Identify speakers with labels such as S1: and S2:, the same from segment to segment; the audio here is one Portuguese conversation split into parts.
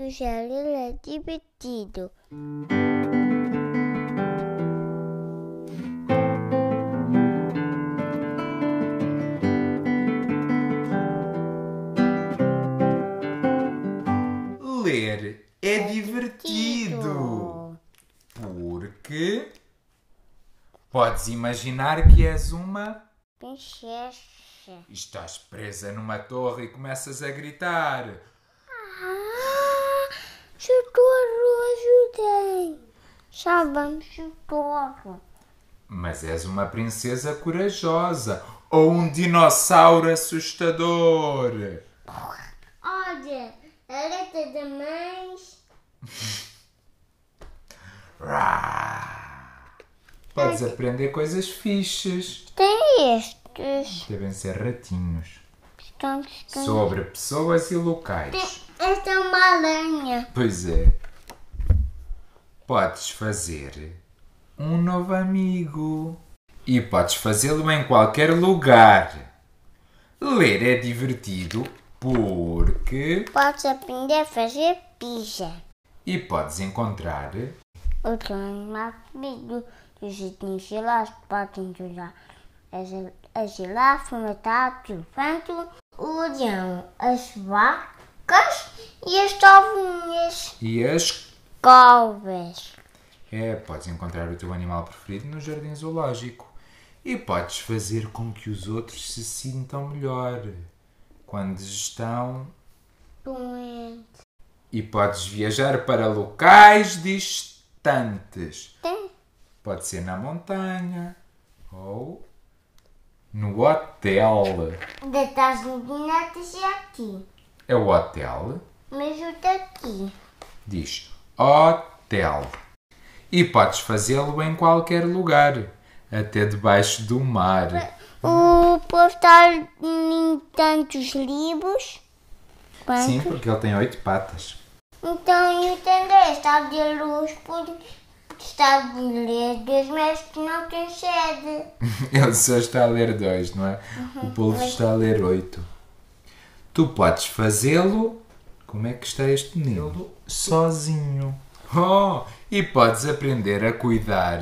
S1: o gelo é divertido.
S2: Ler é divertido. Porque podes imaginar que és uma.
S1: Princesa.
S2: e Estás presa numa torre e começas a gritar.
S1: Ah, socorro, ajudem. Salva-me, socorro.
S2: Mas és uma princesa corajosa ou um dinossauro assustador.
S1: Olha, a letra da mães.
S2: Rá. Podes aprender coisas fixes.
S1: Tem estes.
S2: Devem ser ratinhos.
S1: Estamos
S2: Sobre pessoas e locais.
S1: Esta é uma lenha.
S2: Pois é. Podes fazer um novo amigo. E podes fazê-lo em qualquer lugar. Ler é divertido porque.
S1: Podes aprender a fazer pizza.
S2: E podes encontrar.
S1: Outro animal comigo. Os jeitinhos gelados podem usar a gel- a girafa, o macaco, o panto, o leão, as vacas e as tovinhas.
S2: E as.
S1: Cobras.
S2: É, podes encontrar o teu animal preferido no jardim zoológico. E podes fazer com que os outros se sintam melhor quando estão
S1: Doente.
S2: e podes viajar para locais distantes.
S1: então,
S2: Pode ser na montanha ou no hotel.
S1: Deitar no guinatas é aqui.
S2: É o hotel?
S1: Mas o daqui.
S2: Diz hotel. E podes fazê-lo em qualquer lugar, até debaixo do mar.
S1: O postal em tantos livros. Quantos?
S2: Sim, porque ele tem oito patas.
S1: Então eu entendi, está de luz por está de letras, mas que não tem sede.
S2: Ele só está a ler dois, não é? O polvo está a ler oito. Tu podes fazê-lo. Como é que está este menino? Sozinho. Oh! E podes aprender a cuidar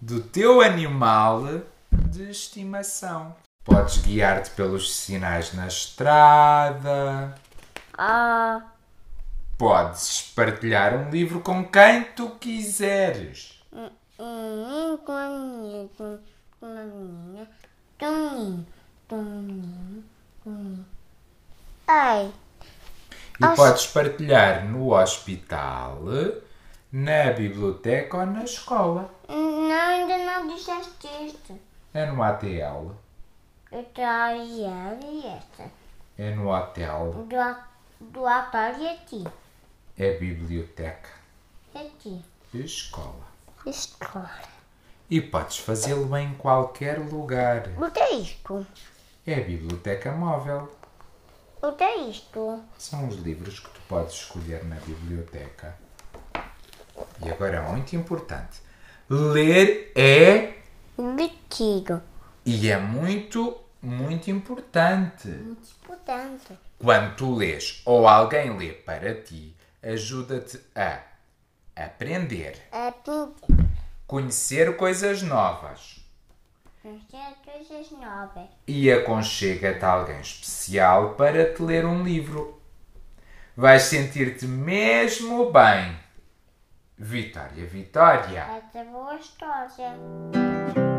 S2: do teu animal de estimação. Podes guiar-te pelos sinais na estrada.
S1: Ah,
S2: Podes partilhar um livro com quem tu quiseres.
S1: hum, com a minha, com com a minha, Toninho, Toninho, Toninho. Ai,
S2: E
S1: Acho-
S2: podes partilhar no hospital, na biblioteca ou na escola.
S1: não, ainda não disseste isto.
S2: É no ATL,
S1: Eu traí ela e esta,
S2: é no hotel,
S1: do, a- do atalho e a ti,
S2: é biblioteca,
S1: e a ti.
S2: e escola.
S1: Escola.
S2: E podes fazê-lo em qualquer lugar.
S1: O que é isto?
S2: É biblioteca móvel.
S1: O que é isto?
S2: São os livros que tu podes escolher na biblioteca. E agora, é muito importante, ler é
S1: Litigo.
S2: e é muito, muito importante.
S1: Disputante.
S2: Quando tu lês ou alguém lê para ti, ajuda-te a aprender,
S1: É pinta.
S2: conhecer coisas novas
S1: Conhecer coisas novas.
S2: e aconchega-te a alguém especial para te ler um livro. Vais sentir-te mesmo bem. Vitória, Vitória!
S1: Essa é boa história.